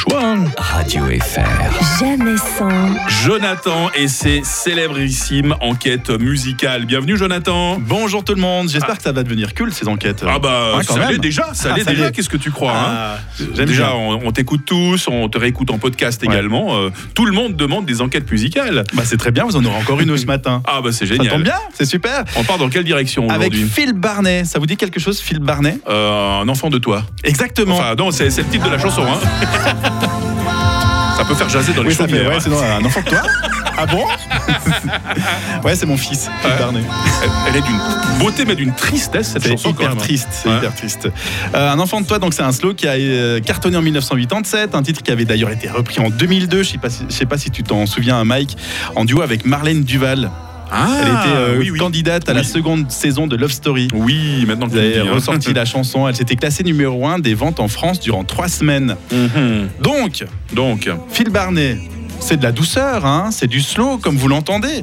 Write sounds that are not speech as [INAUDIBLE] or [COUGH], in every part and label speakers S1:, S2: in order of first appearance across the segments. S1: Joie.
S2: Radio FR.
S3: Jamais sans,
S1: Jonathan et ses célébrissimes enquêtes musicales. Bienvenue Jonathan.
S4: Bonjour tout le monde, j'espère que ça va devenir culte ces enquêtes.
S1: Ah bah
S4: Ah, quand
S1: ça
S4: même.
S1: l'est déjà, ça
S4: Ah,
S1: l'est
S4: ça
S1: déjà.
S4: l'est.
S1: Qu'est-ce que tu crois hein
S4: Ah, j'aime
S1: Déjà,
S4: bien.
S1: on, on t'écoute tous, on te réécoute en podcast
S4: Ouais.
S1: également. Euh, tout le monde demande des enquêtes musicales.
S4: Bah, c'est très bien, vous en aurez encore
S1: [LAUGHS]
S4: une ce matin.
S1: Ah bah c'est
S4: Ça tombe
S1: génial.
S4: bien, c'est super.
S1: On part dans quelle direction
S4: Avec
S1: aujourd'hui
S4: Phil Barnet, ça vous dit quelque chose Phil Barnet
S1: Euh, Un enfant de toi.
S4: Exactement.
S1: Enfin non, c'est c'est le titre de la chanson.
S4: [LAUGHS]
S1: hein. ça peut faire jaser dans les
S4: oui, ça fait-
S1: chaumières.
S4: ouais, c'est dans un enfant
S1: [LAUGHS]
S4: de toi. ah bon Ouais, c'est mon fils, Phil
S1: Ouais.
S4: Barnet.
S1: Elle- Elle est d'une beauté mais d'une tristesse cette
S4: C'est
S1: chanson quand
S4: hyper
S1: même. hein.
S4: triste, c'est
S1: Ouais.
S4: hyper triste. Euh, un enfant de toi, donc c'est un slow qui a euh, cartonné en 1987, un titre qui avait d'ailleurs été repris en 2002. Je sais pas, si- je sais pas si tu t'en souviens, Mike, en duo avec Marlène Duval.
S1: Ah,
S4: Elle était euh,
S1: oui, oui.
S4: candidate à la
S1: Oui.
S4: seconde saison de Love Story.
S1: Oui, maintenant que
S4: Vous
S1: tu le
S4: avez
S1: dis. hein.
S4: ressorti la chanson. Elle s'était classée numéro 1 des ventes en France durant trois semaines.
S1: [LAUGHS] Mhm.
S4: Donc,
S1: Donc,
S4: Phil Barnet, c'est de la douceur, hein, c'est du slow comme vous l'entendez.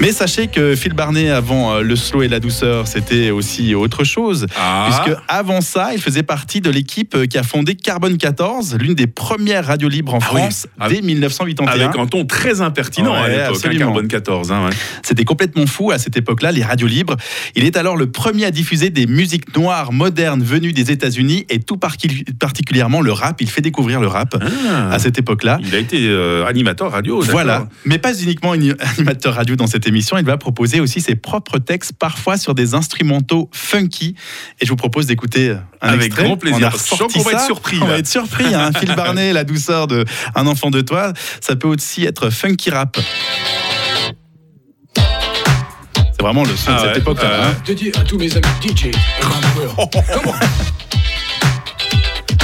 S4: Mais sachez que Phil Barnet, avant euh, le slow et la douceur, c'était aussi autre chose.
S1: ah,
S4: Puisque avant ça, il faisait partie de l'équipe euh, qui a fondé Carbone 14, l'une des premières radios libres en
S1: Ah oui.
S4: France
S1: Avec-
S4: dès 1981.
S1: avec un ton très impertinent à
S4: Ouais,
S1: l'époque, hein,
S4: absolument.
S1: Carbone 14. hein, ouais.
S4: C'était complètement fou à cette époque-là, les radios libres. Il est alors le premier à diffuser des musiques noires modernes venues des États-Unis et tout parqui- particulièrement le rap. Il fait découvrir le rap
S1: Ah,
S4: à cette époque-là.
S1: il a été euh, animateur radio. d'accord.
S4: Voilà, mais pas uniquement une- [LAUGHS] animateur radio dans cette émission, il va proposer aussi ses propres textes, parfois sur des instrumentaux funky. Et je vous propose d'écouter un
S1: Avec
S4: extrait.
S1: grand plaisir.
S4: On a
S1: Je sens
S4: ressorti
S1: qu'on va être
S4: ça.
S1: surpris,
S4: On
S1: là.
S4: va être surpris. Hein. Phil
S1: [LAUGHS]
S4: Barnet, la douceur de un enfant de toi, ça peut aussi être funky rap. C'est vraiment le son
S1: Ah
S4: de cette
S1: ouais,
S4: époque-là.
S1: euh,
S4: hein.
S5: Dédié à tous mes amis DJ et rappeurs.
S4: hein.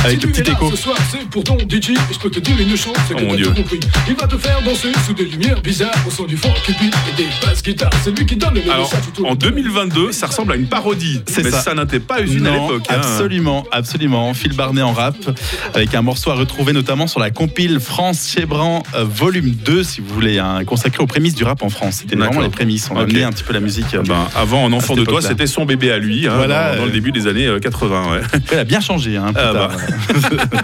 S4: Avec
S5: si
S4: le petit
S5: tu es là
S4: écho.
S5: Ce soir, c'est pour ton DJ. Et je peux te dire une chose, c'est que
S1: Oh mon
S5: t'as
S1: Dieu.
S5: tout compris. Il va te faire danser sous des lumières bizarres au son du funk, qui beat et des basses guitares. C'est lui qui donne le
S1: Alors,
S5: message autour
S1: en
S5: de toi.
S1: 2022, ça ressemble à une parodie.
S4: C'est
S1: mais ça,
S4: ça.
S1: n'était pas usine à
S4: Non,
S1: l'époque. hein.
S4: Absolument, absolument. Phil Barnet en rap, avec un morceau à retrouver notamment sur la compile France Chebran euh, Volume 2, si vous voulez, hein, consacré aux prémices du rap en France. C'était vraiment
S1: D'accord.
S4: les prémices. On a
S1: Ok.
S4: amené un petit peu la musique. euh,
S1: Ben, avant, un enfant
S4: À cette
S1: de toi,
S4: époque-là.
S1: c'était son bébé à lui, hein,
S4: Voilà,
S1: dans, dans le
S4: euh,
S1: début des années euh, 80. ouais. [LAUGHS]
S4: Elle a bien changé. hein, plus
S1: Ah bah.
S4: tard.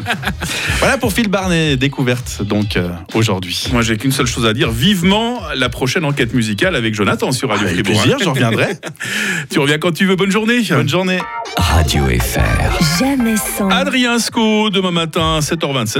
S4: [LAUGHS] voilà pour Phil Barnet, découverte donc euh, aujourd'hui.
S1: Moi, j'ai qu'une seule chose à dire. Vivement la prochaine enquête musicale avec Jonathan sur Radio
S4: Avec
S1: Fribourg. hein.
S4: plaisir, j'en reviendrai.
S1: [LAUGHS] Tu reviens quand tu veux. Bonne journée.
S4: Bonne journée.
S2: Radio FR.
S3: jamais sans.
S1: Adrien Sco, demain matin, 7h27.